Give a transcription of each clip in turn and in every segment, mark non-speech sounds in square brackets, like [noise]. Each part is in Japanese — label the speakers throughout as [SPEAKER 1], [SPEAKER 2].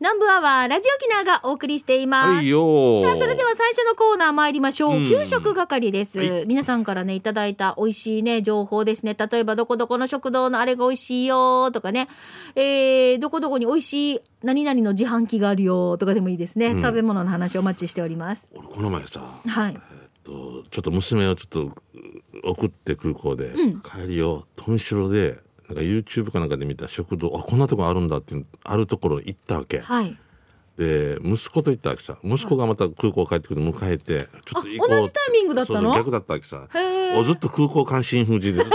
[SPEAKER 1] 南部アワーラジオキナーがお送りしていま
[SPEAKER 2] は
[SPEAKER 1] す
[SPEAKER 2] い。よ
[SPEAKER 1] さあそれでは最初のコーナー参りましょう、
[SPEAKER 2] うん
[SPEAKER 1] 給食係です、
[SPEAKER 2] はい
[SPEAKER 1] 皆さんからねいただいた美味しいね情報ですね例えばどこどこの食堂のあれが美味しいよとかね、えー、どこどこに美味しい何々の自販機があるよとかでもいいですね、
[SPEAKER 2] うん
[SPEAKER 1] 食べ物の話お待ちしております
[SPEAKER 2] 俺この前さ、
[SPEAKER 1] はい
[SPEAKER 2] えっと、ちょっと娘をちょっとう送って空港で、
[SPEAKER 1] うん
[SPEAKER 2] 帰りを富城でなんか YouTube かなんかで見た食堂あこんなとこあるんだっていうあるところ行ったわけ
[SPEAKER 1] はい
[SPEAKER 2] で息子と行ったわけさ息子がまた空港帰ってくるの迎えてちょっと行
[SPEAKER 1] あ
[SPEAKER 2] こう
[SPEAKER 1] 同じタイミングだったの
[SPEAKER 2] そうそう逆だったわけさ
[SPEAKER 1] へー
[SPEAKER 2] おずっと空港関心風じ
[SPEAKER 1] [laughs]
[SPEAKER 2] でずっと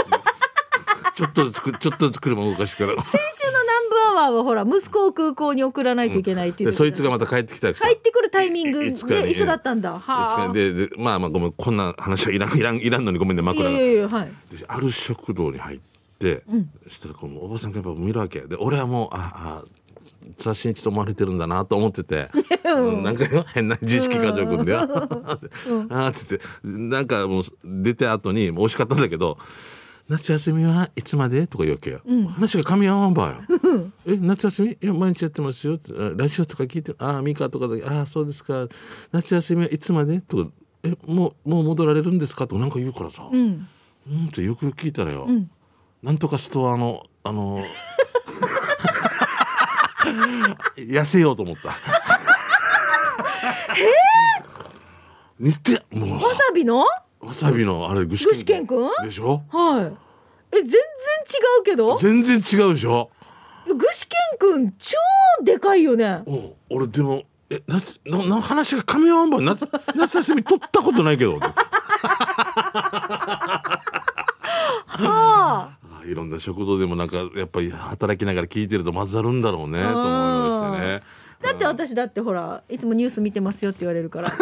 [SPEAKER 2] ちょっとずつくちょっとずつ車動かしてから
[SPEAKER 1] 先週の南部アワーはほら息子を空港に送らないといけないっていう
[SPEAKER 2] で
[SPEAKER 1] こと
[SPEAKER 2] そ
[SPEAKER 1] で、
[SPEAKER 2] いつがまた帰ってきたわけさ
[SPEAKER 1] 入ってくるタイミング
[SPEAKER 2] いつかに
[SPEAKER 1] で一緒だったんだはあ
[SPEAKER 2] ででまあまあごめんこんな話はいらんいらんいらんのにごめんね
[SPEAKER 1] いや
[SPEAKER 2] 枕
[SPEAKER 1] い
[SPEAKER 2] が
[SPEAKER 1] やいやはい
[SPEAKER 2] である食堂に入って、
[SPEAKER 1] うん
[SPEAKER 2] そしたらこのおばさんがやっぱ見るわけで俺はもうああ雑誌にちょっと思われてるんだなと思ってて、
[SPEAKER 1] [laughs] うん
[SPEAKER 2] なんか変な知識が上くんだ [laughs] よ、
[SPEAKER 1] うん
[SPEAKER 2] あーって言ってなんかもう出て後にもう惜しかったんだけど「夏休みはいつまで?」とか言うわけよ、
[SPEAKER 1] うん
[SPEAKER 2] 話が噛み合わんばよ「え夏休みいや毎日やってますよって」あラジオとか聞いてるああミカとかだけああそうですか夏休みはいつまで?」とか「えもうもう戻られるんですか?」とかなんか言うからさ「
[SPEAKER 1] う
[SPEAKER 2] うん」
[SPEAKER 1] ん
[SPEAKER 2] ってよくよく聞いたらよ、
[SPEAKER 1] うん
[SPEAKER 2] なんとかストアの、あの、痩せようと思
[SPEAKER 1] [laughs]
[SPEAKER 2] った。似て、も
[SPEAKER 1] わさびの
[SPEAKER 2] う、わさびのあれ、具
[SPEAKER 1] 具志
[SPEAKER 2] 志
[SPEAKER 1] 堅
[SPEAKER 2] 堅
[SPEAKER 1] くん
[SPEAKER 2] でしょ
[SPEAKER 1] はい。え、全然違うけど。
[SPEAKER 2] 全然違うでしょ
[SPEAKER 1] 具志堅くん超でかいよね。
[SPEAKER 2] うん、俺でも、え、な、な、な話が噛み合わんば、夏、夏休み取ったことないけ
[SPEAKER 1] [laughs]
[SPEAKER 2] ど。あ [laughs]
[SPEAKER 1] はあ。
[SPEAKER 2] ーいろんな食堂でもなんか、やっぱり働きながら聞いてると混ざるんだろうね、と思いましたね。
[SPEAKER 1] だって私だってほらいつもニュース見てますよって言われるから、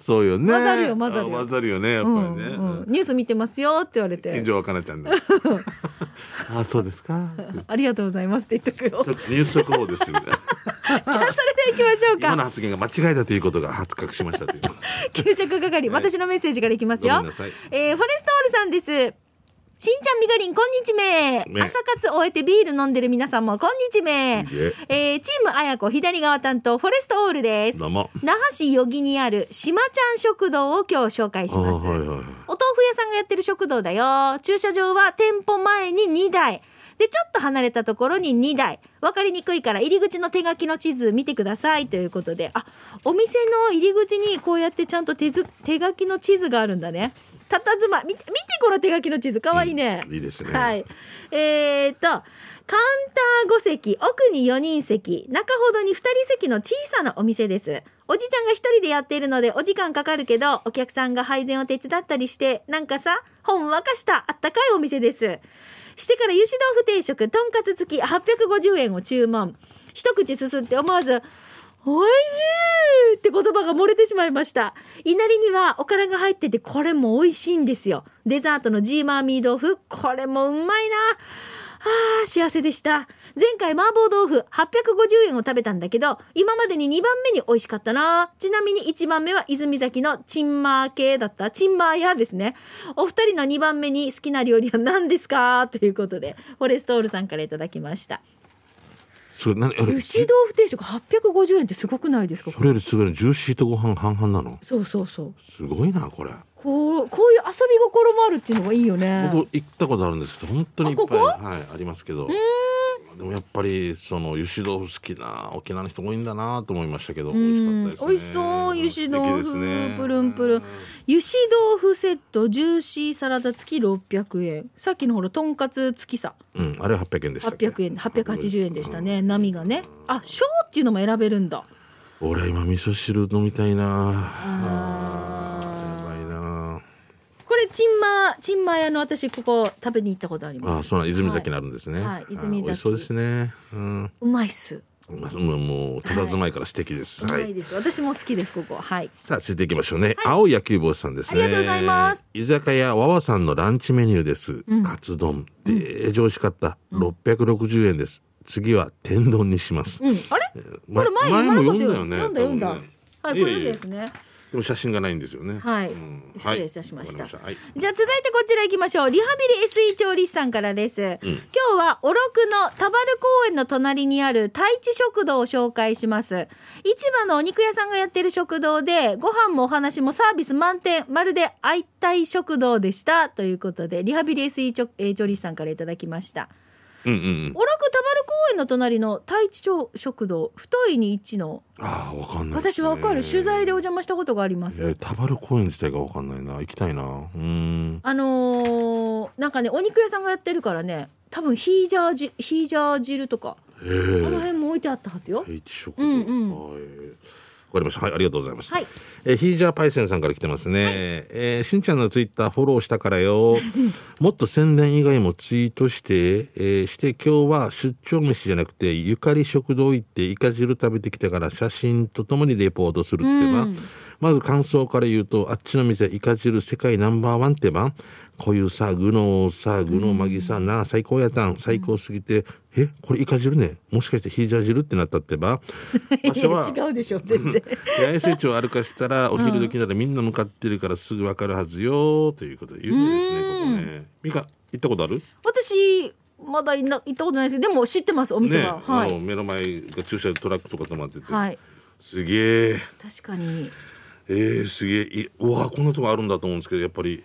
[SPEAKER 2] そうよね。
[SPEAKER 1] 混ざるよ混ざるよ
[SPEAKER 2] あ混ざるよね、や
[SPEAKER 1] う
[SPEAKER 2] っぱりね。
[SPEAKER 1] んうん、ニュース見てますよって言われて
[SPEAKER 2] 近所はかなちゃ
[SPEAKER 1] [laughs]
[SPEAKER 2] んだ。あ、そうですか。
[SPEAKER 1] ありがとうございますって言っとく
[SPEAKER 2] [laughs]
[SPEAKER 1] よじ
[SPEAKER 2] そ入速報です
[SPEAKER 1] [laughs]
[SPEAKER 2] みたいな。
[SPEAKER 1] ゃあそれで行きましょう
[SPEAKER 2] 今の
[SPEAKER 1] か
[SPEAKER 2] 発言が間違いだということが発覚しました
[SPEAKER 1] [laughs]
[SPEAKER 2] という。
[SPEAKER 1] 給食係、
[SPEAKER 2] はい
[SPEAKER 1] 私のメッセージからいきます
[SPEAKER 2] ごめ
[SPEAKER 1] よ
[SPEAKER 2] んなさい。
[SPEAKER 1] えーフォレストオールさんです。しんちゃんみがりんこんにちめ
[SPEAKER 2] ね
[SPEAKER 1] 朝活終えてビール飲んでる皆さんもこんにちめ
[SPEAKER 2] いいえ
[SPEAKER 1] えーチームあやこ左側担当フォレストオールです
[SPEAKER 2] どうも。
[SPEAKER 1] 那覇市余木にあるしまちゃん食堂を今日紹介し
[SPEAKER 2] あ、
[SPEAKER 1] ます、
[SPEAKER 2] はいはいは
[SPEAKER 1] お
[SPEAKER 2] い。
[SPEAKER 1] 豆腐屋さんがやってる食堂だよ駐車場は店舗前に2台でちょっと離れたところに2台分かりにくいから入り口の手書きの地図見てくださいということであお店の入り口にこうやってちゃんと手ず手書きの地図があるんだねたたずま見て見てこの手書きの地図かわいいね、
[SPEAKER 2] うんいいですね
[SPEAKER 1] はい [laughs] えー、とカウンター5席奥に4人席中ほどに2人席の小さなお店ですおじちゃんが1人でやっているのでお時間かかるけどお客さんが配膳を手伝ったりしてなんかさほんわかしたあったかいお店ですしてから油脂豆腐定食とんかつ付き850円を注文一口すすって思わずおいしいって言葉が漏れてしまいました。いなりにはおからが入ってて、これも美味しいんですよ。デザートのジーマーミー豆腐、これもうまいな。あー幸せでした。前回麻婆豆腐850円を食べたんだけど、今までに2番目に美味しかったな。ちなみに1番目は泉崎のチンマー系だった。チンマー屋ですね。お二人の2番目に好きな料理は何ですかということで、フォレストオールさんからいただきました。
[SPEAKER 2] それ何あれ。
[SPEAKER 1] 油脂豆腐定食850円ってすごくないですか
[SPEAKER 2] それよりすごいのジューシーとご飯半々なの。
[SPEAKER 1] そうそうそう。
[SPEAKER 2] すごいなこれ。
[SPEAKER 1] こう、こういう遊び心もあるっていうのがいいよね。
[SPEAKER 2] 僕行ったことあるんですけど本当にいっぱい
[SPEAKER 1] あここ
[SPEAKER 2] はいありますけど。でもやっぱりその油脂豆腐好きな沖縄の人多いんだなと思いましたけど
[SPEAKER 1] う
[SPEAKER 2] 美味しかっ
[SPEAKER 1] ん
[SPEAKER 2] たですね。
[SPEAKER 1] 美味しそう油脂豆腐
[SPEAKER 2] 素敵ですね
[SPEAKER 1] プルンプルン油脂豆腐セットジューシーサラダ付き600円。さっきのほら、とんかつ付きさ、
[SPEAKER 2] うん、あれは800円でしたっけ。
[SPEAKER 1] 800円、880円でしたね。波がね。あ、小っていうのも選べるんだ。
[SPEAKER 2] 俺は今味噌汁飲みたいな
[SPEAKER 1] あー
[SPEAKER 2] あーやばいな
[SPEAKER 1] これ、チンマー、チンマー屋の私、ここ食べに行ったことあり
[SPEAKER 2] あ
[SPEAKER 1] ま
[SPEAKER 2] ー
[SPEAKER 1] す。
[SPEAKER 2] そうなん泉崎にあるんですね、
[SPEAKER 1] はいはい
[SPEAKER 2] あー
[SPEAKER 1] 泉崎
[SPEAKER 2] 美味しそうですねうん
[SPEAKER 1] うまいっす。
[SPEAKER 2] まあもうもうただまいから素敵です
[SPEAKER 1] う
[SPEAKER 2] は
[SPEAKER 1] ま
[SPEAKER 2] い、
[SPEAKER 1] いです。私も好きです、ここ。はい。
[SPEAKER 2] さあ続いていきましょうね、青い野球帽子さんですね
[SPEAKER 1] ありがとうございます
[SPEAKER 2] 居酒屋わわさんのランチメニューです、
[SPEAKER 1] うん
[SPEAKER 2] カツ丼で美味しかった、660円です次は天丼にします、
[SPEAKER 1] うん。あれ
[SPEAKER 2] えー
[SPEAKER 1] これ前に
[SPEAKER 2] 前も
[SPEAKER 1] 前の
[SPEAKER 2] 読
[SPEAKER 1] こ
[SPEAKER 2] ん
[SPEAKER 1] と
[SPEAKER 2] だよね
[SPEAKER 1] 読んだ読んだ。
[SPEAKER 2] 多分ね
[SPEAKER 1] はい、
[SPEAKER 2] い
[SPEAKER 1] こ
[SPEAKER 2] やい
[SPEAKER 1] れ
[SPEAKER 2] や
[SPEAKER 1] ですね。
[SPEAKER 2] でも写真がないんですよね。
[SPEAKER 1] はい
[SPEAKER 2] うん
[SPEAKER 1] 失礼いたしました
[SPEAKER 2] わかりはい。
[SPEAKER 1] じゃあ続いてこちら行きましょう。リハビリ SE 調理師さんからです。
[SPEAKER 2] う
[SPEAKER 1] 今
[SPEAKER 2] ん
[SPEAKER 1] 日はおろくの田原公園の隣にある太一食堂を紹介します。市場のお肉屋さんがやってる食堂で、ご飯もお話もサービス満点、まるで愛体食堂でした。ということで、リハビリ SE ちょえー調理師さんからいただきました。
[SPEAKER 2] うんうんうん。
[SPEAKER 1] おろく田原公園の隣の太一町食堂、太いに一の、
[SPEAKER 2] ああわかんない、
[SPEAKER 1] 私わかる、取材でお
[SPEAKER 2] お
[SPEAKER 1] 邪魔したことがありま。
[SPEAKER 2] ますえー、タバル公園自体がわかんないな。行きたいな。うーん。
[SPEAKER 1] あのーなんかねお肉屋さんがやってるからね多分ヒージャージヒージャー汁とか、
[SPEAKER 2] ええ
[SPEAKER 1] あの辺も置いてあったはずよ。
[SPEAKER 2] はい、食
[SPEAKER 1] う
[SPEAKER 2] 堂。
[SPEAKER 1] ん
[SPEAKER 2] は
[SPEAKER 1] うん
[SPEAKER 2] い。わかりました。はい、ありがとうございました。
[SPEAKER 1] はい、
[SPEAKER 2] えーヒージャーパイセンさんから来てますね。えーしんちゃんのツイッターフォローしたから
[SPEAKER 1] [laughs]
[SPEAKER 2] よ。もっと宣伝以外もツイートして、えーして今日は出張飯じゃなくて、ゆかり食堂行ってイカ汁食べてきたから写真とともにレポートするってば。
[SPEAKER 1] うん
[SPEAKER 2] まず感想から言うと、あっちの店イカ汁世界ナンバーワンってば。こういうさ、具のさ、具のまぎさなあ、最高やたん、最高すぎて、え、これイカ汁ね。もしかしてヒージャー汁ってなったっ
[SPEAKER 1] [laughs]
[SPEAKER 2] てば。場所は
[SPEAKER 1] 違うでしょ全然。
[SPEAKER 2] 八重瀬町を歩かしたらお昼時ならみんな向かってるからすぐわかるはずよということで有名ですねこ
[SPEAKER 1] う
[SPEAKER 2] こ
[SPEAKER 1] ん
[SPEAKER 2] ねミカ行ったことある
[SPEAKER 1] 私まだいな行ったことないですけどでも知ってますお店
[SPEAKER 2] ね
[SPEAKER 1] は、は
[SPEAKER 2] あの
[SPEAKER 1] い
[SPEAKER 2] 目の前が駐車トラックとか止まってて、
[SPEAKER 1] はい
[SPEAKER 2] すげえ
[SPEAKER 1] 確かに
[SPEAKER 2] えー、すげえいうわこんなとこあるんだと思うんですけどやっぱり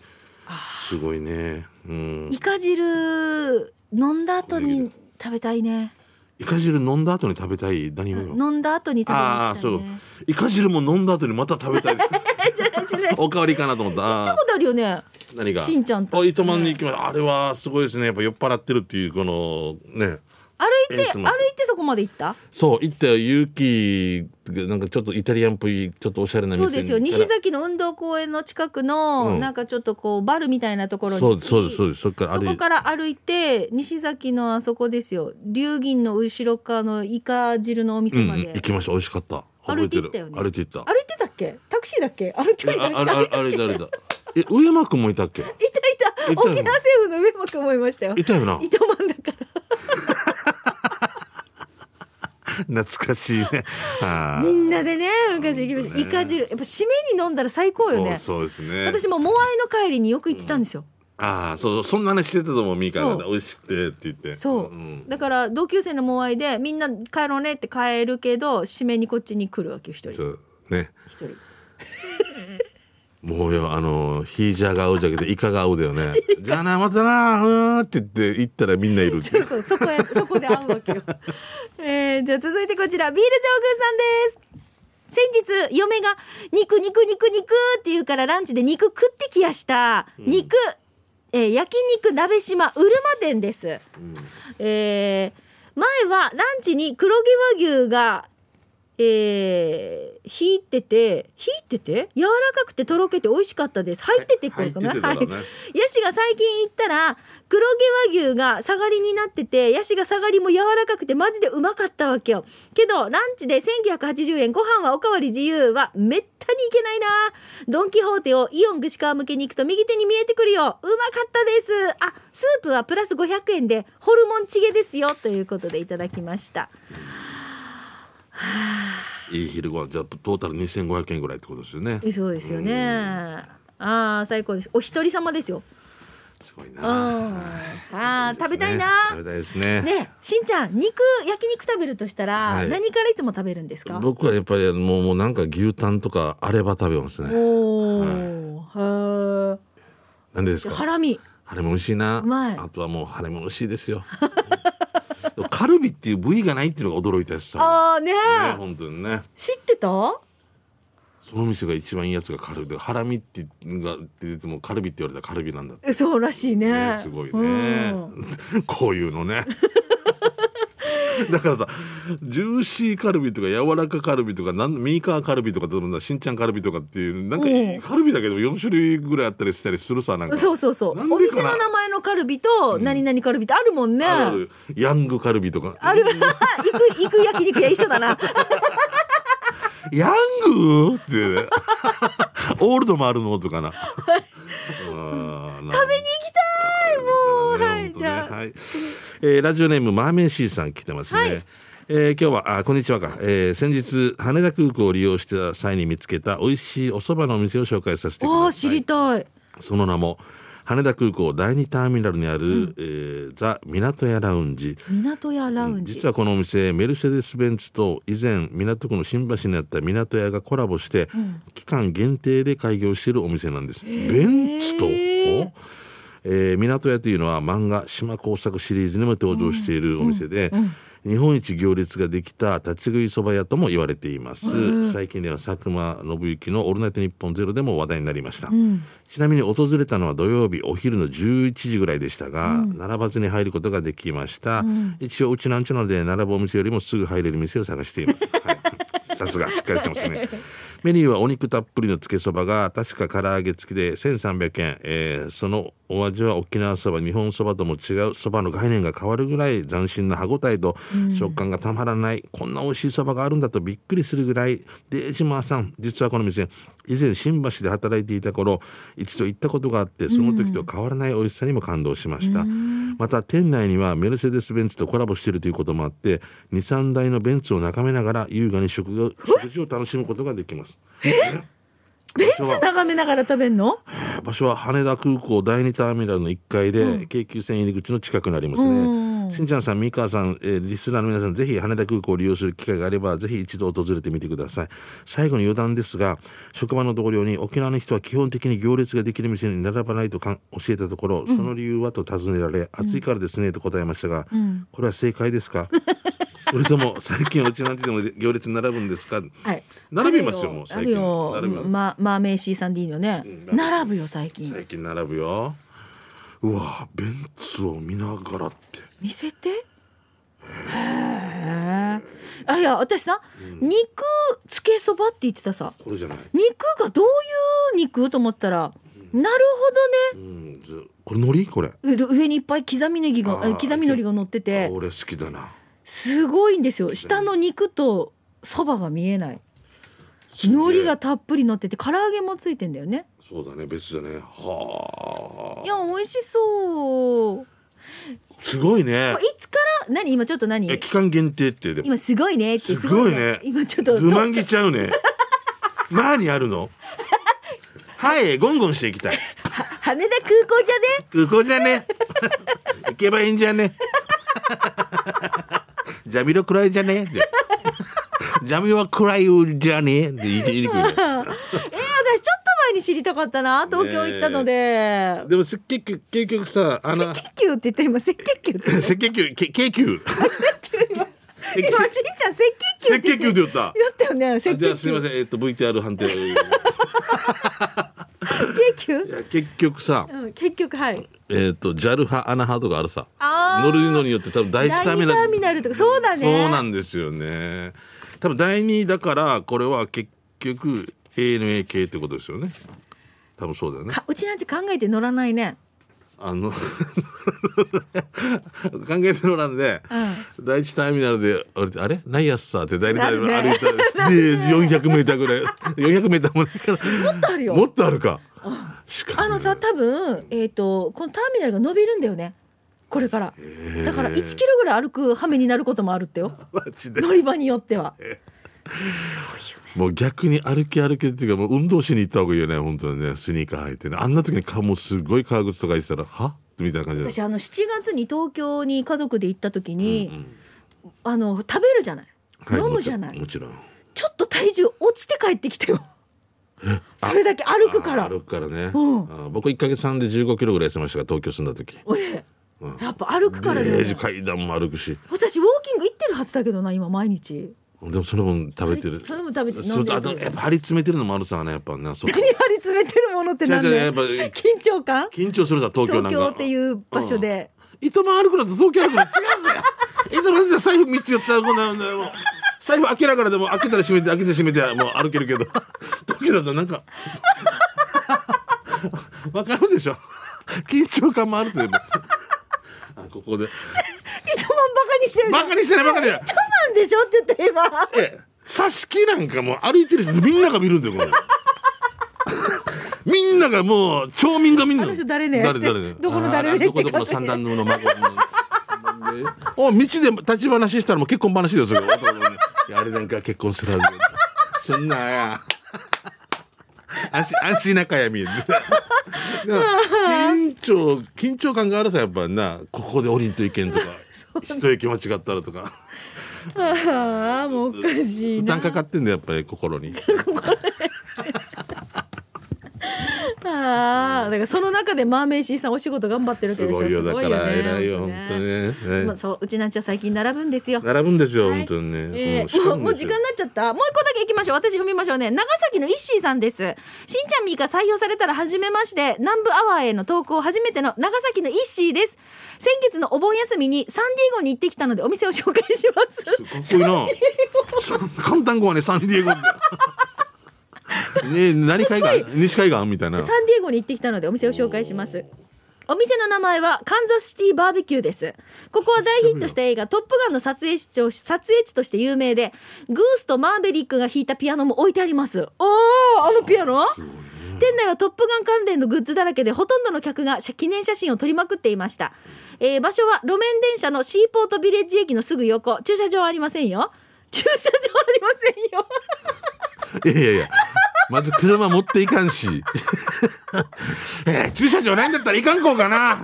[SPEAKER 2] すごいねうん
[SPEAKER 1] イカ汁飲んだ後に食べたいね。
[SPEAKER 2] イカ汁飲んだ後に食べたい何もよ
[SPEAKER 1] 飲んだ後に食べ
[SPEAKER 2] あ
[SPEAKER 1] ま
[SPEAKER 2] あ
[SPEAKER 1] し
[SPEAKER 2] そ
[SPEAKER 1] たいうね。
[SPEAKER 2] イカ汁も飲んだ後にまた食べたい [laughs]
[SPEAKER 1] じゃないじゃない。行っ
[SPEAKER 2] おかわりかなと思った
[SPEAKER 1] た
[SPEAKER 2] あ
[SPEAKER 1] ことあるよね。
[SPEAKER 2] ー何が
[SPEAKER 1] しんちゃんと
[SPEAKER 2] あ糸満に行きましたあれはすごいですねやっぱ酔っ払ってるっていうこのね
[SPEAKER 1] 歩い
[SPEAKER 2] え
[SPEAKER 1] て
[SPEAKER 2] ーす
[SPEAKER 1] 歩
[SPEAKER 2] まん
[SPEAKER 1] いてそこまで行った。
[SPEAKER 2] そう行ったよ勇気がなんかちょっとイタリアンっぽいちょっとおしゃれな店
[SPEAKER 1] そうですよ
[SPEAKER 2] に
[SPEAKER 1] 西崎の運動公園の近くの、
[SPEAKER 2] うん
[SPEAKER 1] なんかちょっとこうバルみたいなところに
[SPEAKER 2] そうですそうですそう
[SPEAKER 1] う
[SPEAKER 2] ですそっからあ
[SPEAKER 1] そ
[SPEAKER 2] れ
[SPEAKER 1] こから歩いて西崎のあそこですよ龍銀の後ろ側のイカ汁のお
[SPEAKER 2] う
[SPEAKER 1] 店
[SPEAKER 2] ん
[SPEAKER 1] ま
[SPEAKER 2] う
[SPEAKER 1] で、
[SPEAKER 2] ん行きました美味しかった
[SPEAKER 1] 歩いて行ったよね
[SPEAKER 2] 覚えてる歩いて行った
[SPEAKER 1] 歩いてたっけタクシーだっけ歩き距離
[SPEAKER 2] あ
[SPEAKER 1] だ
[SPEAKER 2] あ
[SPEAKER 1] っけ
[SPEAKER 2] れあれいた歩いたえ上山くんもいたっけ
[SPEAKER 1] いたいた
[SPEAKER 2] いた
[SPEAKER 1] 沖縄
[SPEAKER 2] よね
[SPEAKER 1] 政府の上間くんもいましたよ
[SPEAKER 2] いたよな
[SPEAKER 1] 糸満だか
[SPEAKER 2] 懐かしい
[SPEAKER 1] [laughs]
[SPEAKER 2] ね
[SPEAKER 1] ら
[SPEAKER 2] あー
[SPEAKER 1] みんなでね昔行きました、
[SPEAKER 2] ね
[SPEAKER 1] イカ汁やっぱ締めに飲んだら最高よね
[SPEAKER 2] そうそうですね
[SPEAKER 1] 私もモアイの帰りによく行ってたんですよ、
[SPEAKER 2] ああそうそんな話してたと思うみーか
[SPEAKER 1] そ
[SPEAKER 2] が
[SPEAKER 1] う
[SPEAKER 2] 美味しくてって言って
[SPEAKER 1] そう、
[SPEAKER 2] ん
[SPEAKER 1] だから同級生のモアイでみんな帰ろうねって帰るけど締めにこっちに来るわけよ一
[SPEAKER 2] そ
[SPEAKER 1] 人
[SPEAKER 2] うね
[SPEAKER 1] 一人
[SPEAKER 2] もうよあのヒージャーが合うじゃなくてイカが合うだ
[SPEAKER 1] [laughs]
[SPEAKER 2] よねじゃあなまたなうーんって言って行ったらみんないるって
[SPEAKER 1] そうそうそ
[SPEAKER 2] [laughs]
[SPEAKER 1] こへそこで会うわけよえー、じゃあ続いてこちらビール上宮さんです先日嫁が肉肉肉肉って言うからランチで肉食ってきやした、
[SPEAKER 2] うん
[SPEAKER 1] 肉、えー、焼肉鍋島うるま店です
[SPEAKER 2] うん
[SPEAKER 1] えー前はランチに黒毛和牛が、えー、引いてて引いてて柔らかくてとろけて美味しかったです [laughs] 入っててこれかな、
[SPEAKER 2] 入って
[SPEAKER 1] は
[SPEAKER 2] た
[SPEAKER 1] い
[SPEAKER 2] からね
[SPEAKER 1] ヤシが最近行ったら黒毛和牛が下がりになっててヤシが下がりも柔らかくてマジでうまかったわけよけどランチで1980円ご飯はおかわり自由はめったにいけないなドン・キホーテをイオン串川向けに行くと右手に見えてくるようまかったですあスープはプラス500円でホルモンチゲですよということでいただきました
[SPEAKER 2] いい昼ご飯じゃあトータル2500円ぐらいってことですよね
[SPEAKER 1] そうですよ
[SPEAKER 2] う
[SPEAKER 1] ねあー最高ですお一人様ですよ
[SPEAKER 2] すごい
[SPEAKER 1] うん
[SPEAKER 2] な
[SPEAKER 1] あー
[SPEAKER 2] です
[SPEAKER 1] 食べ
[SPEAKER 2] ね
[SPEAKER 1] たいな
[SPEAKER 2] 食べたいです [laughs] ね
[SPEAKER 1] ねえしんちゃん肉焼肉食べるとしたら、
[SPEAKER 2] はい
[SPEAKER 1] 何からいつも食べるんですかお
[SPEAKER 2] 僕はやっぱりもうもうなんか牛タンとかあれば食べますね
[SPEAKER 1] おー、へ
[SPEAKER 2] なんでです
[SPEAKER 1] え
[SPEAKER 2] か
[SPEAKER 1] ハラミ
[SPEAKER 2] ハラミ美味しいな
[SPEAKER 1] うまい
[SPEAKER 2] あとはもうハラミ美味しいですよでもカルビっていう部位がないっていうのが驚いたやつさ
[SPEAKER 1] ああねえ
[SPEAKER 2] ね本当にね
[SPEAKER 1] 知ってた
[SPEAKER 2] その店が一番いいやつがカルビでハラミってがって出てもカルビって言われたらカルビなんだって
[SPEAKER 1] えそうらしいね
[SPEAKER 2] ねすごいね
[SPEAKER 1] うん、
[SPEAKER 2] [laughs] こういうのねだからさジューシーカルビとか柔らかカルビとかなんミニカーカルビとか多分さしんちゃんカルビとかっていうなんか
[SPEAKER 1] うん
[SPEAKER 2] カルビだけど4種類ぐらいあったりしたりするさなんか
[SPEAKER 1] そうそうそう
[SPEAKER 2] な
[SPEAKER 1] お
[SPEAKER 2] んでかな
[SPEAKER 1] 店の名前のカルビと何々カルビってあるもんね、
[SPEAKER 2] あるあるヤングカルビとか
[SPEAKER 1] ある [laughs] 行く行く焼肉屋一緒だ
[SPEAKER 2] [laughs]
[SPEAKER 1] な
[SPEAKER 2] ヤングっ
[SPEAKER 1] [laughs]
[SPEAKER 2] ていうねオールドもあるのとかな食べに行き
[SPEAKER 1] もうはいじ
[SPEAKER 2] ね。
[SPEAKER 1] じゃあ
[SPEAKER 2] はい。えーラジオネームマーメンシーさん来てますね。
[SPEAKER 1] はい
[SPEAKER 2] えー今日はあこんにちはか、えー先日羽田空港を利用した際に見つけた美味しいお蕎麦のお店を紹介させてくだ
[SPEAKER 1] あ
[SPEAKER 2] さ
[SPEAKER 1] あ
[SPEAKER 2] い
[SPEAKER 1] 知りたい
[SPEAKER 2] その名も羽田空港第二ターミナルにある、えーザ・港屋ラウンジ
[SPEAKER 1] 港屋ラウンジ
[SPEAKER 2] 実はこのお店メルセデス・ベンツと以前港区の新橋にあった港屋がコラボして、期間限定で開業しているお店なんですベンツと、おえー港屋というのは漫画「島工作」シリーズにも登場しているお店で、日本一行列ができた立ち食いそば屋とも言われています、最近では佐久間信行の「オールナイトニッポンゼロでも話題になりました、ちなみに訪れたのは土曜日お昼の11時ぐらいでしたが、並ばずに入ることができました、一応うちなんちゅうので並ぶお店よりもすぐ入れる店を探しています、はい、さすがしっかりしてます
[SPEAKER 1] [laughs]
[SPEAKER 2] ねメニューはお肉たっぷりのつけそばが確か唐揚げ付きで1300円、えーそのお味は沖縄そば日本そばとも違うそばの概念が変わるぐらい斬新な歯ごたえと食感がたまらない、こんな美味しいそばがあるんだとびっくりするぐらい出島さん実はこの店以前新橋で働いていた頃一度行ったことがあってその時と変わらない美味しさにも感動しました、また店内にはメルセデス・ベンツとコラボしているということもあって23台のベンツを眺めながら優雅に食が食事を楽しむことができます
[SPEAKER 1] ベンツ眺めながら食べんの
[SPEAKER 2] 場所は羽田空港第2ターミナルの1階で、京急線入り口の近くになりますね、
[SPEAKER 1] うん
[SPEAKER 2] しんちゃんさん三川さん、えーリスナーの皆さんぜひ羽田空港を利用する機会があればぜひ一度訪れてみてください最後に余談ですが職場の同僚に沖縄の人は基本的に行列ができる店に並ばないとかん教えたところ、その理由はと尋ねられ暑いからですねと答えましたが、
[SPEAKER 1] ん
[SPEAKER 2] これは正解ですかそれとも最近沖縄の人でも行列に並ぶんですか
[SPEAKER 1] はい
[SPEAKER 2] 並びますよもう
[SPEAKER 1] あ
[SPEAKER 2] 最
[SPEAKER 1] る
[SPEAKER 2] 近
[SPEAKER 1] よあ
[SPEAKER 2] 並
[SPEAKER 1] る
[SPEAKER 2] びま
[SPEAKER 1] よ
[SPEAKER 2] す
[SPEAKER 1] まマーメイシーさんでいいのね
[SPEAKER 2] うん
[SPEAKER 1] 並ぶよ最近
[SPEAKER 2] 最近並ぶようわベンツを見ながらって
[SPEAKER 1] 見せてへえあいや私さ肉つけそばって言ってたさ
[SPEAKER 2] これじゃない、
[SPEAKER 1] 肉がどういう肉と思ったらなる
[SPEAKER 2] うん、ずこれ海苔これ
[SPEAKER 1] ほどねで上にいっぱい刻みネギが
[SPEAKER 2] あー
[SPEAKER 1] え刻みのりが乗って
[SPEAKER 2] あ
[SPEAKER 1] て
[SPEAKER 2] 俺好きだな
[SPEAKER 1] すごいんですよ下の肉とそばが見えない海苔がたっぷり乗ってて唐揚げもついてんだよね
[SPEAKER 2] そうだね別だねはいあ
[SPEAKER 1] や美味しそう
[SPEAKER 2] すごいね
[SPEAKER 1] これいつから何今ちょっと何
[SPEAKER 2] え期間限定ってでも
[SPEAKER 1] 今すごいねって
[SPEAKER 2] すごいね
[SPEAKER 1] 今ちょっと
[SPEAKER 2] ルマンギちゃうね [laughs] 何あるの [laughs] はいゴンゴンしていきたい
[SPEAKER 1] 羽田空港じゃね
[SPEAKER 2] 空港じゃね行けばいいんじゃねジャミロくらいじゃねでジャミはくらいじゃねで言いにくい
[SPEAKER 1] えー、
[SPEAKER 2] ね
[SPEAKER 1] 私ちょっと前に知りたかったな東京行ったので、
[SPEAKER 2] でもすっげえ結局さあの
[SPEAKER 1] 赤球って言った今赤
[SPEAKER 2] [laughs]
[SPEAKER 1] 球って言っ
[SPEAKER 2] 赤血球け京急
[SPEAKER 1] た今しんちゃん赤球
[SPEAKER 2] 赤
[SPEAKER 1] って言
[SPEAKER 2] 血
[SPEAKER 1] って
[SPEAKER 2] 球って言った
[SPEAKER 1] 言ったよね赤
[SPEAKER 2] あじゃあ
[SPEAKER 1] 球
[SPEAKER 2] すみませんえっと VTR 判定い
[SPEAKER 1] 赤球
[SPEAKER 2] や結局さ
[SPEAKER 1] うん結局はい
[SPEAKER 2] えっと JAL 派アナ派とかあるさ
[SPEAKER 1] あー
[SPEAKER 2] 乗るのによって多分第
[SPEAKER 1] 第
[SPEAKER 2] 一
[SPEAKER 1] 二タ
[SPEAKER 2] ターミナ
[SPEAKER 1] ー
[SPEAKER 2] ル
[SPEAKER 1] ミナルとかそうだね
[SPEAKER 2] そうなんですよね多分第二だからこれは結局 ANA 系ってことですよね多分そうだよね
[SPEAKER 1] かうちなんち考えて乗らないね
[SPEAKER 2] あの [laughs] 考えてもらうんで、第一ターミナルで降りてあれナイアスさって第二ターミナル歩いたら
[SPEAKER 1] [laughs]
[SPEAKER 2] で400メーターぐらい400メーターもないから
[SPEAKER 1] もっとあるよ
[SPEAKER 2] もっとあるかしかも
[SPEAKER 1] あのさ多分えっ、とこのターミナルが伸びるんだよねこれからだから1キロぐらい歩く羽目になることもあるってよ
[SPEAKER 2] マジで
[SPEAKER 1] 乗り場によっては
[SPEAKER 2] もう逆に歩き歩きっていうかもう運動しに行った方がいいよね本当にねスニーカー履いてねあんな時にかもうすごい革靴とか言ってたらはみたいな感じだよ
[SPEAKER 1] 私あの7月に東京に家族で行った時に、
[SPEAKER 2] うんうん
[SPEAKER 1] あの食べるじゃない
[SPEAKER 2] はい
[SPEAKER 1] 飲むじゃない
[SPEAKER 2] もちろんもちろん
[SPEAKER 1] ちょっと体重落ちて帰ってきたよそれだけ歩くから
[SPEAKER 2] あー歩くからね、
[SPEAKER 1] うん
[SPEAKER 2] あー僕1か月半で1 5キロぐらい痩せましたから東京住んだ時
[SPEAKER 1] 俺、
[SPEAKER 2] うん
[SPEAKER 1] やっぱ歩くからだよね
[SPEAKER 2] で階段も歩くし
[SPEAKER 1] 私ウォーキング行ってるはずだけどな今毎
[SPEAKER 2] [laughs]
[SPEAKER 1] 日
[SPEAKER 2] でもその分食べてる
[SPEAKER 1] それも食べて
[SPEAKER 2] そ
[SPEAKER 1] 飲ん
[SPEAKER 2] う
[SPEAKER 1] で
[SPEAKER 2] あ
[SPEAKER 1] る
[SPEAKER 2] とやっぱ張り詰めてるのもあるさねやっぱ
[SPEAKER 1] [laughs]
[SPEAKER 2] ねそう
[SPEAKER 1] 何張り詰めてるものってなん
[SPEAKER 2] 違う違うや
[SPEAKER 1] で
[SPEAKER 2] っぱ
[SPEAKER 1] 緊張感
[SPEAKER 2] 緊張するさ東京な
[SPEAKER 1] 東京
[SPEAKER 2] んか
[SPEAKER 1] っていう場所で、
[SPEAKER 2] 糸満歩くのと東京歩くの違うんだよ糸満で財布3つ4つ歩くんだよもう財布開けながらでも開けたら閉めて開けて閉めてもう歩けるけど [laughs] 東京だとなんか [laughs] わかるでしょ緊張感もあるというかあここで
[SPEAKER 1] 糸満バカにしてるじゃん
[SPEAKER 2] バカにしてないバカにしてない
[SPEAKER 1] 糸満でしょって言った今 [laughs]
[SPEAKER 2] ええ、挿し木なんかもう歩いてる人みんなが見るんだよこれみんながもう町民がみんな
[SPEAKER 1] あの人誰ね
[SPEAKER 2] 誰誰ね
[SPEAKER 1] どこの誰ね
[SPEAKER 2] あーどこ
[SPEAKER 1] って
[SPEAKER 2] ど
[SPEAKER 1] 感
[SPEAKER 2] この
[SPEAKER 1] じ
[SPEAKER 2] 三
[SPEAKER 1] で
[SPEAKER 2] 段のの孫うんでお道で立ち話したらもう結婚話ですよ男のねいやあれなんか結婚するはずそんなんや安心安心仲やみでも緊張緊張感があるさやっぱなここで降りんとい
[SPEAKER 1] [laughs]
[SPEAKER 2] けんとか一駅間違ったらとか
[SPEAKER 1] ああもうおかしい
[SPEAKER 2] 負
[SPEAKER 1] な
[SPEAKER 2] 担かかってんだよやっぱり心に
[SPEAKER 1] ああだからその中でマーメイシーさんお仕事頑張ってるわけ
[SPEAKER 2] す
[SPEAKER 1] でしょ
[SPEAKER 2] ごいよだから
[SPEAKER 1] すご
[SPEAKER 2] 偉いよ
[SPEAKER 1] 本
[SPEAKER 2] 本当
[SPEAKER 1] 当
[SPEAKER 2] に
[SPEAKER 1] ね
[SPEAKER 2] ね
[SPEAKER 1] まあ、そううちなんちは最近並ぶんですよ
[SPEAKER 2] 並ぶんですよ、
[SPEAKER 1] はい
[SPEAKER 2] 本当にね。
[SPEAKER 1] え
[SPEAKER 2] うん
[SPEAKER 1] ーもうもう時間に。なっちゃったもう一個だけ行きましょう私読みましょうね長崎のイッシーさんですしんちゃんみーが採用されたら初めまして南部アワーへの投稿初めての長崎のイッシーです先月のお盆休みにサンディエゴに行ってきたのでお店を紹介します
[SPEAKER 2] かっこいいな。簡単語 [laughs] はね、サンディエゴ。ね、何海岸、西海岸みたいな。
[SPEAKER 1] サンディエゴに行ってきたのでお店を紹介します。お店の名前はカンザスシティバーベキューです。ここは大ヒットした映画「トップガン」の撮影地と撮影地として有名でグースとマーベリックが弾いたピアノも置いてあります。おーあのピアノ店内はトップガン関連のグッズだらけでほとんどの客が記念写真を撮りまくっていました、えー場所は路面電車のシーポートビレッジ駅のすぐ横駐車場はありませんよ駐車場ありませんよ
[SPEAKER 2] いやいやいや。まず車持っていかんし。 [laughs] えー駐車場ないんだったら、いかんこうか [laughs] な。って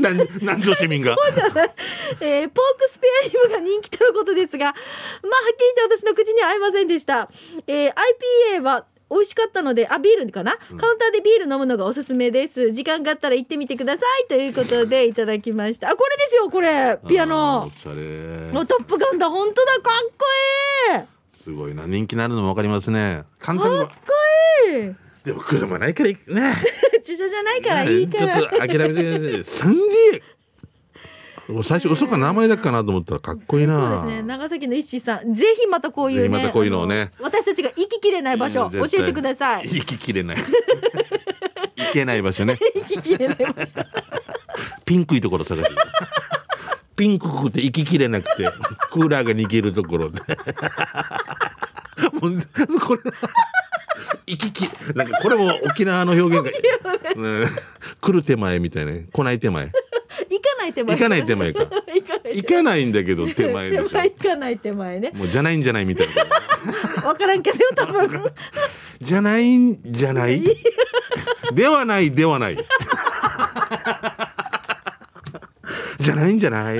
[SPEAKER 2] なん、なんぞ市民が。
[SPEAKER 1] えーポークスペアリブが人気とのことですが、まあ、はっきりと私の口には合いませんでした。えー IPA は美味しかったので、あ、ビールかな、カウンターでビール飲むのがおすすめです。時間があったら行ってみてください。ということ
[SPEAKER 2] [laughs]
[SPEAKER 1] で、いただきました。あ、これですよ、これ。ピアノ。の
[SPEAKER 2] あー。おしゃれ
[SPEAKER 1] トップガンだ。本当だ。かっこ
[SPEAKER 2] すごいな、人気のあるのもわかりますね。簡単語。
[SPEAKER 1] いい。 [laughs]
[SPEAKER 2] でも、車ないからい、ね。
[SPEAKER 1] 駐車じゃないからいいか
[SPEAKER 2] ちょ
[SPEAKER 1] ら
[SPEAKER 2] っ。と諦めてください。サンディエゴ。もう最初嘘か名前だっかなと思ったらかっこいい
[SPEAKER 1] そうで
[SPEAKER 2] な。
[SPEAKER 1] すね、長崎の石井さん、ぜひまたこういうね、
[SPEAKER 2] ぜひまたこういうのをね
[SPEAKER 1] あの私たちが行ききれない場所、教
[SPEAKER 2] 絶対
[SPEAKER 1] えてください。
[SPEAKER 2] [laughs] 行ききれない。行けない場所ね。
[SPEAKER 1] 行ききれない場所。
[SPEAKER 2] ピンクいところ探して。ピンクくて行ききれなくて、クーラーが逃げるところで。もうこれ。行きき、なんかこれも沖縄の表現が。うん来る手前みたいなね、来ない手前。
[SPEAKER 1] 行か [laughs] ない手前
[SPEAKER 2] 行かない手前か
[SPEAKER 1] 行かない
[SPEAKER 2] 行かないんだけど、手前でし
[SPEAKER 1] 手前
[SPEAKER 2] ょ。
[SPEAKER 1] 行かない手前ね
[SPEAKER 2] もうじゃないんじゃないみたいな。
[SPEAKER 1] 分からんけどよ多分
[SPEAKER 2] じゃないんじゃない。ではないではない。じゃないんじゃない。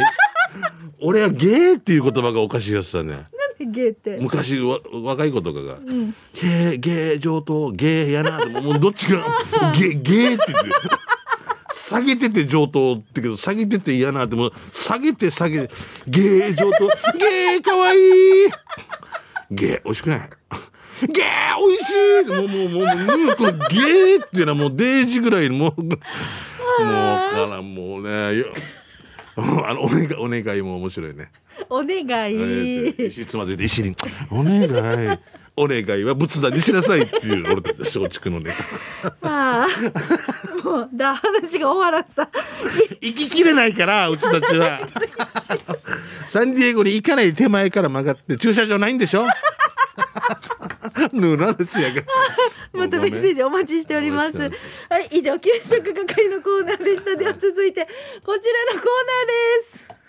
[SPEAKER 2] 俺はゲーっていう言葉がおかしいやつだね。
[SPEAKER 1] なんでゲーって
[SPEAKER 2] 昔わ若い子とかが、ゲーゲー上等ゲーやなでももうどっち
[SPEAKER 1] [laughs]
[SPEAKER 2] がゲーゲーって言って下げてて上等ってけど下げてて嫌なってもう下げて下げてゲー上等ゲーかわいいゲー美味しくないゲー美味しいもうもうもうもうもうこのゲーっていうのはもうデージぐらいもうもうからもうねよ [laughs] あのお願いお願いも面白いね。
[SPEAKER 1] お願い
[SPEAKER 2] えー石つまずいて石に「お願いお願いは仏壇にしなさい」っていう俺たちの松竹のね
[SPEAKER 1] まあもうだ話が終わらんさ
[SPEAKER 2] 行ききれないからうちたちはサンディエゴに行かない手前から曲がって駐車場ないんでしょぬな話やから
[SPEAKER 1] またメッセー
[SPEAKER 2] ジ
[SPEAKER 1] ジお待ちしております
[SPEAKER 2] お
[SPEAKER 1] はい
[SPEAKER 2] 待ちして
[SPEAKER 1] 以上給食係のコーナーでしたでは続いてこちらのコーナーです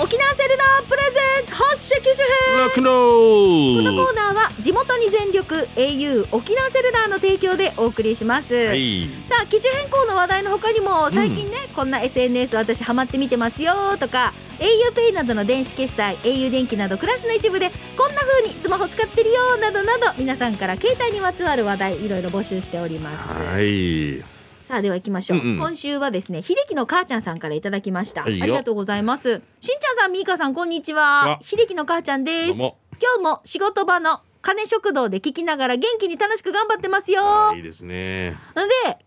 [SPEAKER 1] 沖縄セルラープレゼンツ発射機種編
[SPEAKER 2] ロックンロ
[SPEAKER 1] このコ
[SPEAKER 2] ー
[SPEAKER 1] ーナーは地元に全力 au 沖縄セルラーの提供でお送りします、
[SPEAKER 2] ルはい
[SPEAKER 1] さあ機種変更の話題の他にも最近ね、こんな SNS 私ハマって見てますよとか auPay などの電子決済 au 電気など暮らしの一部でこんな風にスマホ使ってるよなどなど皆さんから携帯にまつわる話題いろいろ募集しております、
[SPEAKER 2] はい
[SPEAKER 1] さあでは行きましょう、
[SPEAKER 2] うんうん
[SPEAKER 1] 今週はですね秀樹の母ちゃんさんからいただきましたあ
[SPEAKER 2] はいよ
[SPEAKER 1] りがとうございますしんちゃんさんみーかさんこんにちは
[SPEAKER 2] あ
[SPEAKER 1] 秀樹の母ちゃんで
[SPEAKER 2] どう
[SPEAKER 1] す
[SPEAKER 2] も
[SPEAKER 1] 今日も仕事場の金食堂で聞きながら元気に楽しく頑張ってますよ
[SPEAKER 2] いいですね
[SPEAKER 1] なので携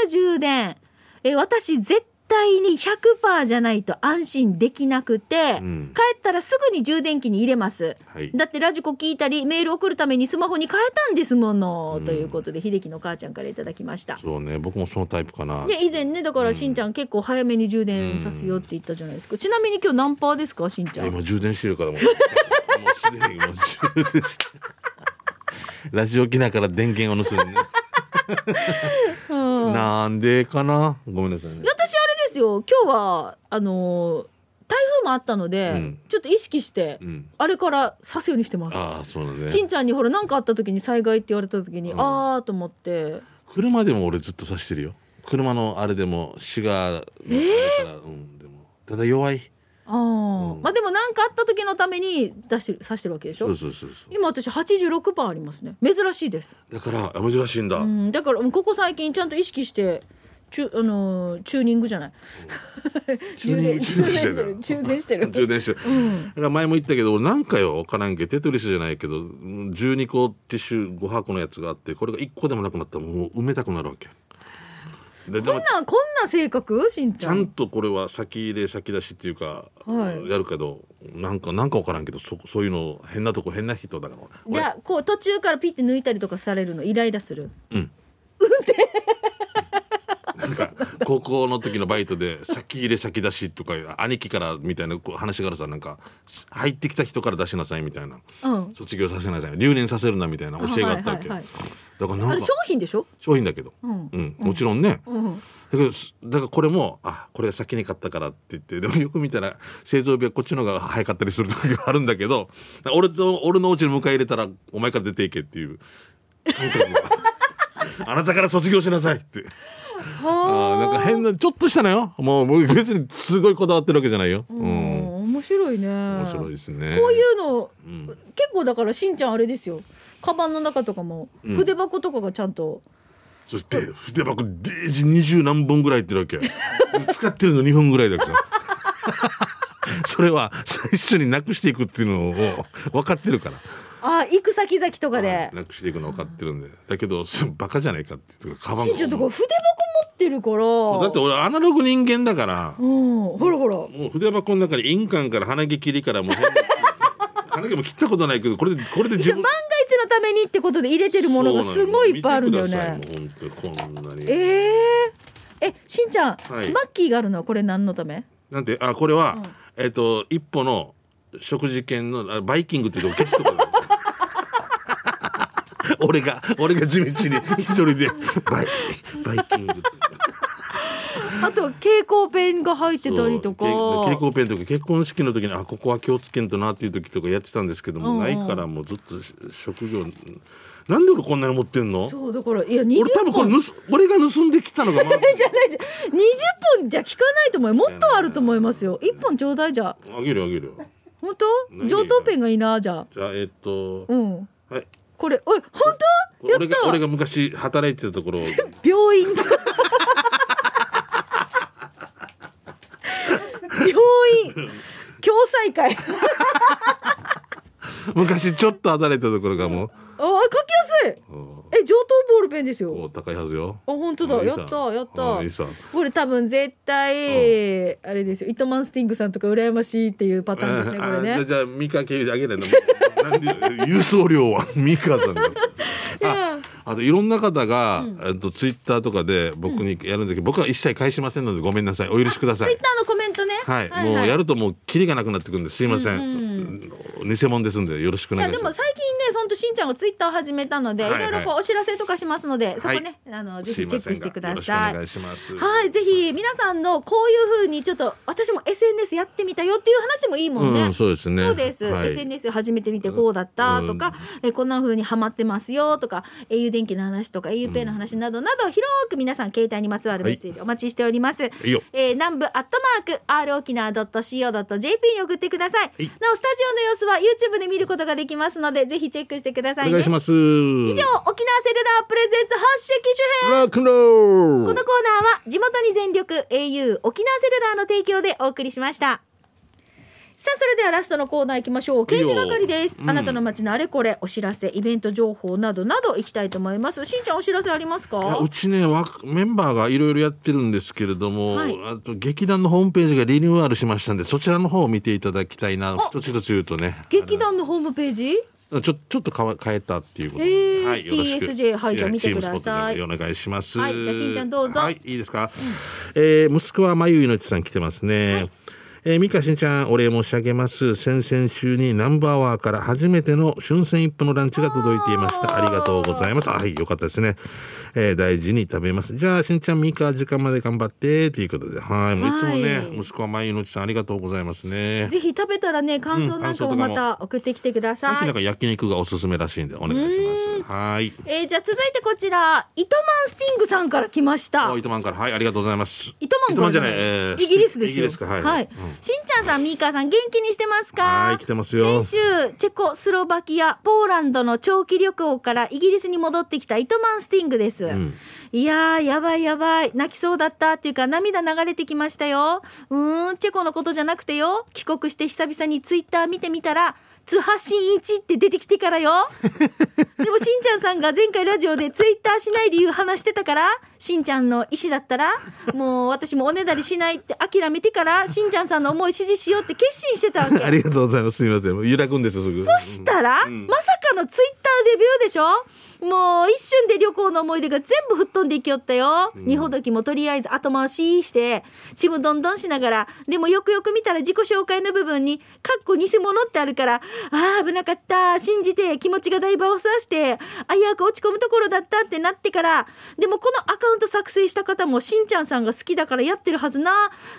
[SPEAKER 1] 帯の充電えー私絶対に100%じゃないと安心できなくて、
[SPEAKER 2] うん
[SPEAKER 1] 帰ったらすぐに充電器に入れます。
[SPEAKER 2] はい
[SPEAKER 1] だってラジコ聞いたりメール送るためにスマホに変えたんですもの、
[SPEAKER 2] うん
[SPEAKER 1] ということで秀樹の母ちゃんからいただきました。
[SPEAKER 2] そうね僕もそのタイプかな
[SPEAKER 1] ね以前ねだからしんちゃん結構早めに充電させようって言ったじゃないですか。ちなみに今日何パーですかしんちゃん。
[SPEAKER 2] 今充電してるからもうもうすでにもう充電してるラジオ機なから電源を盗んでね
[SPEAKER 1] うん
[SPEAKER 2] なんでかなごめんなさいね
[SPEAKER 1] 私あれですよ今日はあのー台風もあったので、
[SPEAKER 2] うん
[SPEAKER 1] ちょっと意識して、
[SPEAKER 2] うん
[SPEAKER 1] あれから刺すようにしてます。
[SPEAKER 2] ああそうだね
[SPEAKER 1] しんちゃんにほら何かあった時に災害って言われた時に、
[SPEAKER 2] うん
[SPEAKER 1] あーと思って
[SPEAKER 2] 車でも俺ずっと刺してるよ車のあれでも滋賀のあれから、うんでもただ弱い
[SPEAKER 1] あー、
[SPEAKER 2] うん
[SPEAKER 1] まあでも何かあった時のために出してる刺してるわけでし
[SPEAKER 2] そ
[SPEAKER 1] ょ
[SPEAKER 2] うそうそうそ
[SPEAKER 1] 今私86パーありますね珍しいです、
[SPEAKER 2] うだからあ珍しいんだ、
[SPEAKER 1] うん、だからもうここ最近ちゃんと意識してチュ,、あのーチューニングじゃ
[SPEAKER 2] [laughs]
[SPEAKER 1] ない充電
[SPEAKER 2] 充電して
[SPEAKER 1] 充電
[SPEAKER 2] る
[SPEAKER 1] してる充電してる
[SPEAKER 2] [laughs] 充電してる
[SPEAKER 1] うん
[SPEAKER 2] だから前も言ったけど俺なんかよ分からんけどテトリスじゃないけどうん12個ティッシュ5箱のやつがあってこれが1個でもなくなったらもう埋めたくなるわけでで
[SPEAKER 1] こん
[SPEAKER 2] も
[SPEAKER 1] なんこんな性格しんち
[SPEAKER 2] ち
[SPEAKER 1] ゃ
[SPEAKER 2] ゃ
[SPEAKER 1] ん
[SPEAKER 2] んとこれは先入れ先出しっていうか、
[SPEAKER 1] はい
[SPEAKER 2] やるけどなんかなんか分からんけどそそういうの変なとこ変な人だから俺
[SPEAKER 1] じゃあこう途中からピッて抜いたりとかされるのイライラする
[SPEAKER 2] うん。なんか高校の時のバイトで先入れ先出しとか兄貴からみたいなこう話があるさなんか入ってきた人から出しなさいみたいな
[SPEAKER 1] うん
[SPEAKER 2] 卒業させなさい留年させるなみたいな教えがあったわけ、
[SPEAKER 1] はいはいはい
[SPEAKER 2] だから
[SPEAKER 1] あ
[SPEAKER 2] なん
[SPEAKER 1] れ
[SPEAKER 2] か
[SPEAKER 1] 商品でしょ
[SPEAKER 2] 商品だけど、
[SPEAKER 1] うん
[SPEAKER 2] うん、もちろんね
[SPEAKER 1] うん
[SPEAKER 2] だけどすだからこれもあこれが先に買ったからって言ってでもよく見たら製造日はこっちの方が早かったりする時があるんだけど俺と俺のお家に迎え入れたらお前から出ていけっていう感覚
[SPEAKER 1] [laughs]
[SPEAKER 2] があなたから卒業しなさいってあー
[SPEAKER 1] は
[SPEAKER 2] なんか変なちょっとしたのよもうもう別にすごいこだわってるわけじゃないよ、う
[SPEAKER 1] うんん面白いね
[SPEAKER 2] 面白いですね
[SPEAKER 1] こういうの
[SPEAKER 2] うん
[SPEAKER 1] 結構だからしんちゃんあれですよカバンの中とかも
[SPEAKER 2] うん
[SPEAKER 1] 筆箱とかがちゃんと、
[SPEAKER 2] そして筆箱デージ二十何本ぐらい入ってるわけ使ってるの二本ぐらいだけど [laughs] それは最初になくしていくっていうのを分かってるから
[SPEAKER 1] あ行く先々とかで
[SPEAKER 2] はいなくしていくの分かってるんでだけどそうバカじゃないかっていうかカバン
[SPEAKER 1] しんちゃんとか
[SPEAKER 2] も
[SPEAKER 1] 筆箱持ってるから
[SPEAKER 2] だって俺アナログ人間だから
[SPEAKER 1] うんほらほら
[SPEAKER 2] もう筆箱の中に印鑑から鼻毛切りからもう変な [laughs] 鼻毛も切ったことないけどこれでこれで
[SPEAKER 1] じ
[SPEAKER 2] 自
[SPEAKER 1] ゃあ万
[SPEAKER 2] 分
[SPEAKER 1] が一のためにってことで入れてるものがすごいいっぱいあるんだよね
[SPEAKER 2] そうなの見てくださいもう本当こんなに。
[SPEAKER 1] えー、えしんちゃん、
[SPEAKER 2] はい
[SPEAKER 1] マッキーがあるのはこれ何のため
[SPEAKER 2] なんてあこれは、
[SPEAKER 1] う
[SPEAKER 2] えっ、と一歩の食事券のあバイキングっていうとこ消すとこだ [laughs] 俺が俺が地道に一人でバイバイキングって
[SPEAKER 1] あと蛍光ペンが入ってたりとか
[SPEAKER 2] そうけ蛍光ペンとか結婚式の時にあここは気をつけんとなっていう時とかやってたんですけど
[SPEAKER 1] う
[SPEAKER 2] も、
[SPEAKER 1] んうん
[SPEAKER 2] ないからもうずっとし職業なんで俺こんなに持ってんの
[SPEAKER 1] そうだからいや20
[SPEAKER 2] 俺多分これ
[SPEAKER 1] 本
[SPEAKER 2] 盗俺が盗んできたのが、ま
[SPEAKER 1] [laughs]
[SPEAKER 2] あ
[SPEAKER 1] じゃないじゃ20本じゃ効かないと思うよもっとあると思いますよ1本ちょうだいじゃ
[SPEAKER 2] あげるよあげるよ
[SPEAKER 1] 本当
[SPEAKER 2] 何がいいか
[SPEAKER 1] 上等ペンがいいなじゃあ
[SPEAKER 2] じゃあえっ、と、
[SPEAKER 1] うん
[SPEAKER 2] はい
[SPEAKER 1] これおい本当や
[SPEAKER 2] 俺
[SPEAKER 1] っ
[SPEAKER 2] が俺
[SPEAKER 1] た
[SPEAKER 2] が昔働いてたところ
[SPEAKER 1] 病院病院共済会
[SPEAKER 2] [laughs] 昔ちょっと働いたところがも、
[SPEAKER 1] あー書きやすいう
[SPEAKER 2] うん
[SPEAKER 1] え上等ボールペンですよ
[SPEAKER 2] お高いはずよ。
[SPEAKER 1] あ本当だやったやった
[SPEAKER 2] いいさ。
[SPEAKER 1] これ多分絶対、あれですよイットマンスティングさんとか羨ましいっていうパターンですねこれ
[SPEAKER 2] あじゃあ
[SPEAKER 1] ね
[SPEAKER 2] じゃあミカ経由であげないの。なんで郵送料は [laughs] ミカさんだ。ああといろんな方が、えっとツイッターとかで僕にやるんだけど、僕は一切返しませんのでごめんなさいお許しくださ
[SPEAKER 1] ツイッ
[SPEAKER 2] い
[SPEAKER 1] タ。ーのコメントね
[SPEAKER 2] はい、もうやるともうキリがなくなってくるんですいません、
[SPEAKER 1] うん
[SPEAKER 2] 偽物ですんでよろしくお
[SPEAKER 1] い
[SPEAKER 2] 願
[SPEAKER 1] や
[SPEAKER 2] いし
[SPEAKER 1] で
[SPEAKER 2] ま
[SPEAKER 1] も
[SPEAKER 2] す
[SPEAKER 1] 最近ねそんとしんちゃんがツイッターを始めたので、
[SPEAKER 2] はいいはい
[SPEAKER 1] ろいろこうお知らせとかしますので、そこねあのぜ
[SPEAKER 2] すい
[SPEAKER 1] ひ
[SPEAKER 2] ま
[SPEAKER 1] チ
[SPEAKER 2] せ
[SPEAKER 1] ェック
[SPEAKER 2] ん
[SPEAKER 1] してくだ
[SPEAKER 2] が
[SPEAKER 1] さい
[SPEAKER 2] よろしくお願いします
[SPEAKER 1] はいぜひ皆さんのこういう風にちょっと私も SNS やってみたよっていう話もいいもんね、
[SPEAKER 2] うんそうですね
[SPEAKER 1] そうです、
[SPEAKER 2] はい
[SPEAKER 1] SNS 始めてみてこうだったとか、えこんな風にハマってますよとか au 電気の話とか au ペイの話などなど、広く皆さん携帯にまつわるメッセージお待ちしております、
[SPEAKER 2] いいよ
[SPEAKER 1] えー南部アットマーク r 沖縄 .co.jp に送ってください、
[SPEAKER 2] い
[SPEAKER 1] なおスタジオの様子は YouTube で見ることができますのでぜひチェックしてください
[SPEAKER 2] お
[SPEAKER 1] ね
[SPEAKER 2] 願
[SPEAKER 1] 以
[SPEAKER 2] いし
[SPEAKER 1] 上
[SPEAKER 2] ます
[SPEAKER 1] 沖縄
[SPEAKER 2] 以
[SPEAKER 1] セルラープレゼンツ発射機種編
[SPEAKER 2] ラックンロール
[SPEAKER 1] このコーナーは地元に全力 au 沖縄セルラーの提供でお送りしました。さあそれではラストのコーナー行きましょう刑事係です、
[SPEAKER 2] うん
[SPEAKER 1] あなたの街のあれこれお知らせイベント情報などなど行きたいと思いますしんちゃんお知らせありますか
[SPEAKER 2] いやうちねわメンバーがいろいろやってるんですけれども、
[SPEAKER 1] はい
[SPEAKER 2] あと劇団のホームページがリニューアルしましたんでそちらの方を見ていただきたいな一つ一つ言うとね
[SPEAKER 1] 劇団のホームページ
[SPEAKER 2] あのちょちょっとかわ変えたっていうこと
[SPEAKER 1] えー
[SPEAKER 2] はい、よろしく
[SPEAKER 1] TSJ はいじゃあ見てください
[SPEAKER 2] チームスポットでお願いします
[SPEAKER 1] はいじゃあしんちゃんどうぞ
[SPEAKER 2] はいいいですか、えー息子はまゆいのちさん来てますね、えー、美香しんちゃんお礼申し上げます先々週にナンバーワーから初めての春戦一歩のランチが届いていました
[SPEAKER 1] あ
[SPEAKER 2] あ
[SPEAKER 1] ー
[SPEAKER 2] りがとうございますはいよかったですね、えー大事に食べますじゃあしんちゃん美香時間まで頑張ってということではいもういつもね、
[SPEAKER 1] はい
[SPEAKER 2] 息子はまゆいのちさんありがとうございますね
[SPEAKER 1] ぜひ食べたらね感想なんかも
[SPEAKER 2] うん
[SPEAKER 1] ま
[SPEAKER 2] 感想とかも
[SPEAKER 1] た送ってきてくださ
[SPEAKER 2] さっき
[SPEAKER 1] い、
[SPEAKER 2] なんか焼肉がおすすめらしいんでお願いしますはい
[SPEAKER 1] えーじゃあ続いてこちらイトマンスティングさんから来ました
[SPEAKER 2] お糸満からはいありがとうございます。
[SPEAKER 1] イトマンからじゃない
[SPEAKER 2] 糸満じゃないえー
[SPEAKER 1] イギリスですよ
[SPEAKER 2] イギリスかはいうん
[SPEAKER 1] しんちゃんさんミーカーさん元気にしてますか
[SPEAKER 2] はい来てますよ
[SPEAKER 1] 先週チェコスロバキアポーランドの長期旅行からイギリスに戻ってきたイトマンスティングです、
[SPEAKER 2] うん
[SPEAKER 1] いやーやばいやばい泣きそうだったっていうか涙流れてきましたようーんチェコのことじゃなくてよ帰国して久々にツイッター見てみたら津波真一って出てきてからよでもしんちゃんさんが前回ラジオでツイッターしない理由話してたからしんちゃんの意思だったらもう私もおねだりしないって諦めてからしんちゃんさんの思い支持しようって決心してたわけ
[SPEAKER 2] ありがとうございます。すみません。揺らくんですよすぐ。
[SPEAKER 1] そしたら、
[SPEAKER 2] うん
[SPEAKER 1] まさかのツイッターデビューでしょもう一瞬で旅行の思い出が全部吹っ飛んでいきよったよ。
[SPEAKER 2] ん
[SPEAKER 1] 二ほどきもとりあえず後回しして、ちむどんどんしながら、でもよくよく見たら自己紹介の部分に、かっこ偽物ってあるから、ああ、危なかった、信じて気持ちがだいぶをさして、危うく落ち込むところだったってなってから、でもこのアカウント作成した方もしんちゃんさんが好きだからやってるはずな。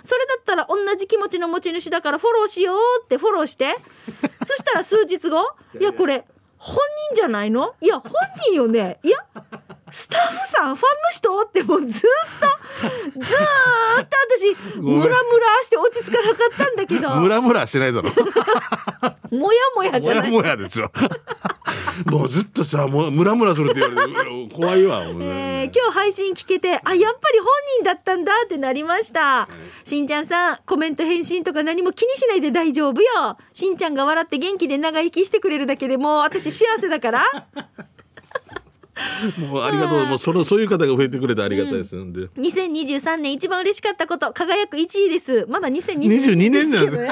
[SPEAKER 1] それだったら同じ気持ちの持ち主だからフォローしようってフォローして、 [laughs] そしたら数日後、いや、これ、本人じゃないのいや、本人よね。いや、スタッフさん、ファンの人ってもうずーっと、ずーっと私、
[SPEAKER 2] ごめん
[SPEAKER 1] ムラムラして落ち着かなかったんだ [laughs] けど、
[SPEAKER 2] ムラムラしてない [laughs] だろ。
[SPEAKER 1] もやもやじ
[SPEAKER 2] も
[SPEAKER 1] ゃ
[SPEAKER 2] や
[SPEAKER 1] ない。
[SPEAKER 2] もやですよ。 [laughs] もうずっとさ、もうムラムラするって言われて怖いわ。もう
[SPEAKER 1] えー今日配信聞けてあやっぱり本人だったんだってなりましたしんちゃんさんコメント返信とか何も気にしないで大丈夫よしんちゃんが笑って元気で長生きしてくれるだけでもう私幸せだから
[SPEAKER 2] [laughs] もうありがとう。もうそのそういう方が増えてくれてありがたいですんで。
[SPEAKER 1] 2023年一番嬉しかったこと輝く1位ですまだ
[SPEAKER 2] 二十
[SPEAKER 1] 2022
[SPEAKER 2] 二年
[SPEAKER 1] です
[SPEAKER 2] だ
[SPEAKER 1] け
[SPEAKER 2] よ
[SPEAKER 1] どね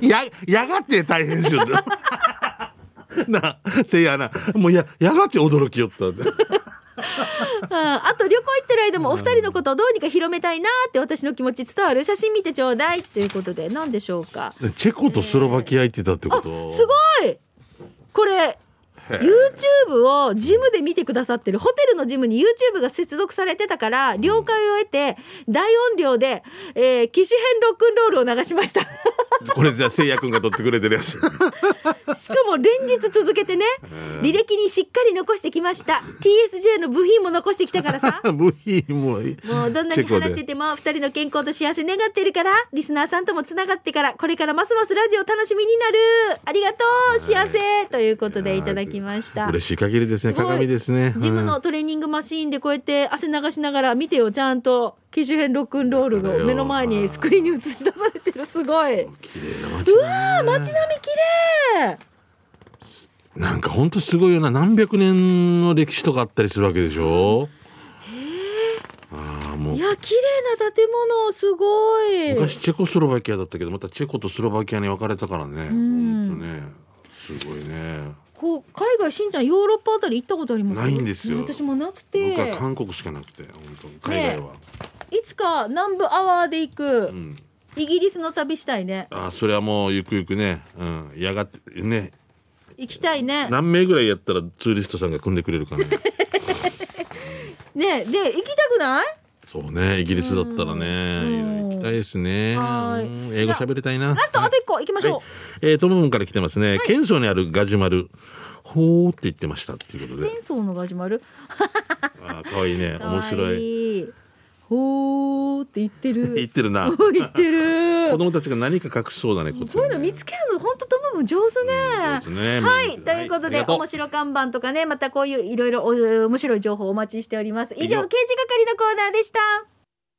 [SPEAKER 2] ね。ややがて大変しよう。 [laughs] なあ、せいやな、もうややがて驚きよったって。
[SPEAKER 1] うんあと旅行行ってる間もお二人のことをどうにか広めたいなって私の気持ち伝わる写真見てちょうだいということで何でしょうか
[SPEAKER 2] チェコとスロバキア行ってたってこ
[SPEAKER 1] あ
[SPEAKER 2] と。
[SPEAKER 1] すごいこれ
[SPEAKER 2] へえ
[SPEAKER 1] YouTube をジムで見てくださってるホテルのジムに YouTube が接続されてたから了解を得て大音量で、えー機種変ロックンロールを流しま
[SPEAKER 2] [laughs]
[SPEAKER 1] した
[SPEAKER 2] これじゃあせいやくんが撮ってくれてるやつ。
[SPEAKER 1] しかも連日続けてね履歴にしっかり残してきました TSJ の部品も残してきたから
[SPEAKER 2] [laughs]
[SPEAKER 1] さ
[SPEAKER 2] 部品もいい。
[SPEAKER 1] もうどんなに払ってても二人の健康と幸せ願ってるからリスナーさんともつながってからこれからますますラジオ楽しみになるありがとう幸せということでいただきました
[SPEAKER 2] 嬉しい限りですね。
[SPEAKER 1] すごい
[SPEAKER 2] 鏡ですね。
[SPEAKER 1] ジムのトレーニングマシーンでこうやって汗流しながら見てよちゃんと機種変ロックンロールの目の前にスクリーンに映し出されてるすごい
[SPEAKER 2] うん。綺麗な街だね。うわ
[SPEAKER 1] 街並み綺麗
[SPEAKER 2] なんか本当すごいよな。何百年の歴史とかあったりするわけでしょ。ああもう
[SPEAKER 1] い。や綺麗な建物すごい
[SPEAKER 2] 昔チェコスロバキアだったけどまたチェコとスロバキアに分かれたからね。
[SPEAKER 1] ん
[SPEAKER 2] 本当ねすごいね。
[SPEAKER 1] こう海外しんちゃんヨーロッパあたり行ったことあります
[SPEAKER 2] ないんですよ
[SPEAKER 1] ね私もなくて
[SPEAKER 2] 僕は韓国しかなくて本当海外は。
[SPEAKER 1] いつか南部アワーで行
[SPEAKER 2] う
[SPEAKER 1] く
[SPEAKER 2] ん。
[SPEAKER 1] イギリスの旅したいね
[SPEAKER 2] あーそれはもうゆくゆくね。うん。やがてね
[SPEAKER 1] 行きたいね
[SPEAKER 2] 何名ぐらいやったらツーリストさんが組んでくれるかね。
[SPEAKER 1] ねで行きたくない
[SPEAKER 2] そうね、イギリスだったら
[SPEAKER 1] うん
[SPEAKER 2] ね、行きたいですね。
[SPEAKER 1] はい
[SPEAKER 2] うん英語喋りたいな。
[SPEAKER 1] ラストあと一個行きましょう、
[SPEAKER 2] はいえー、トムブンから来てますね。県庁にあるガジュマル。ほーって言ってましたっていうことで
[SPEAKER 1] [laughs] 戦。争のが始まる
[SPEAKER 2] あー、可愛いね、面
[SPEAKER 1] かわ
[SPEAKER 2] 白い。
[SPEAKER 1] いいほーって言ってる
[SPEAKER 2] [laughs] 言って
[SPEAKER 1] [laughs]
[SPEAKER 2] るな。子
[SPEAKER 1] 言ってる
[SPEAKER 2] 供たちが何か隠しそうだね、こっち
[SPEAKER 1] こういうの見つけるの本当トムブン上手ね、
[SPEAKER 2] そうですね
[SPEAKER 1] は
[SPEAKER 2] 見
[SPEAKER 1] い
[SPEAKER 2] る
[SPEAKER 1] ということ
[SPEAKER 2] は
[SPEAKER 1] で
[SPEAKER 2] ありが
[SPEAKER 1] 面白看板とかねまたこういういろいろお面白い情報お待ちしております以
[SPEAKER 2] いい
[SPEAKER 1] 上
[SPEAKER 2] よ
[SPEAKER 1] 刑事係のコーナーでした